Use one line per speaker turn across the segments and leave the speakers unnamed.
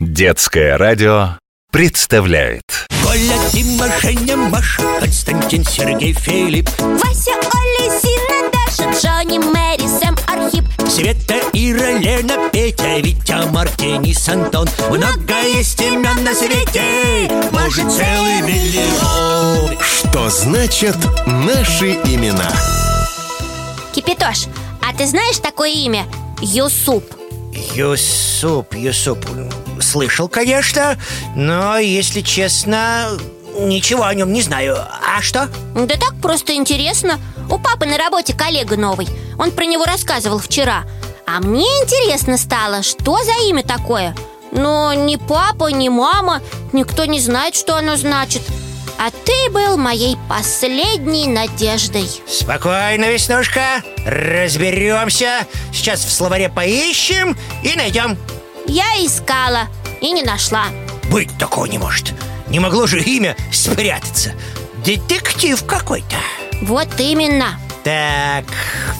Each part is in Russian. Детское радио представляет
Коля, Дима, Женя, Маша, Константин, Сергей, Филипп,
Вася, Оля, Зина, Даша, Джонни, Мэри, Сэм, Архип
Света, Ира, Лена, Петя, Витя, Марк, Денис, Антон. Много есть имен на свете, может целый миллион.
Что значит наши имена?
Кипятош, а ты знаешь такое имя? Юсуп
Юсуп, Юсуп, слышал, конечно, но, если честно, ничего о нем не знаю. А что?
Да так просто интересно У папы на работе коллега новый Он про него рассказывал вчера А мне интересно стало, что за имя такое Но ни папа, ни мама Никто не знает, что оно значит А ты был моей последней надеждой
Спокойно, Веснушка, разберемся. Сейчас в словаре поищем и найдем.
Я искала и не нашла
Быть такого не может. Не могло же имя спрятаться. Детектив какой-то.
Вот именно
Так,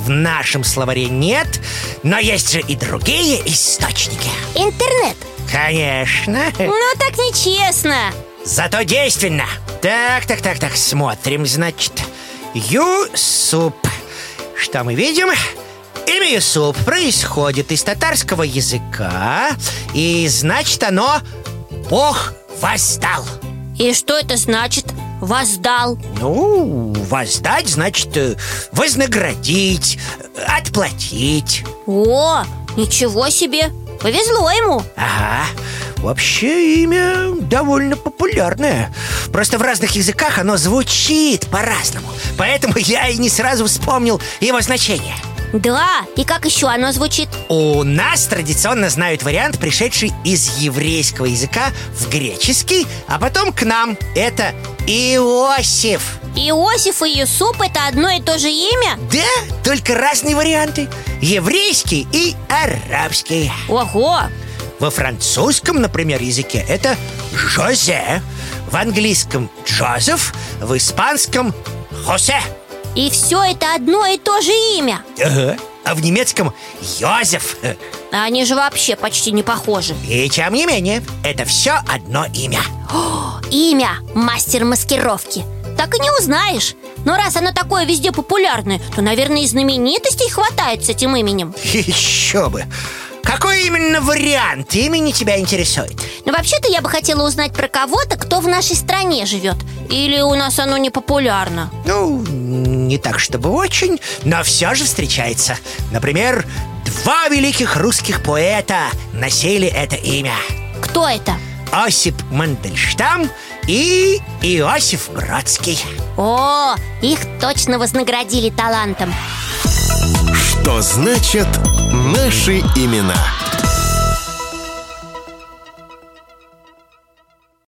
в нашем словаре нет, но есть же и другие источники.
Интернет
Конечно.
Ну так нечестно
Зато действенно. Так, так, так, так, смотрим, значит. Юсуп. Что мы видим? Имя Юсуп происходит из татарского языка, и значит оно «Бог воздал».
И что это значит? Воздал
Ну, воздать значит э, вознаградить, э, отплатить.
О, ничего себе! Повезло ему
Ага. Вообще имя довольно популярное. Просто в разных языках оно звучит по-разному. Поэтому я и не сразу вспомнил его значение.
Да, и как еще оно звучит?
У нас традиционно знают вариант, пришедший из еврейского языка в греческий, а потом к нам. Это Иосиф.
Иосиф и Юсуп – это одно и то же имя?
Да, только разные варианты. Еврейский и арабский.
Ого!
Во французском, например, языке это Жозе, в английском Джозеф, в испанском Хосе,
И все это одно и то же имя
Ага. а в немецком Йозеф.
А Они же вообще почти не похожи
И тем не менее, это все одно имя.
Имя – мастер маскировки Так и не узнаешь Но раз оно такое везде популярное То, наверное, и знаменитостей хватает с этим именем
Еще бы. Какой именно вариант имени тебя интересует?
Но Ну, вообще-то я бы хотела узнать про кого-то, кто в нашей стране живет Или у нас оно не популярно
Ну, не так чтобы очень, но все же встречается. Например, два великих русских поэта носили это имя.
Кто это?
Осип Мандельштам и Иосиф Бродский.
О, их точно вознаградили талантом
Что значит наши имена?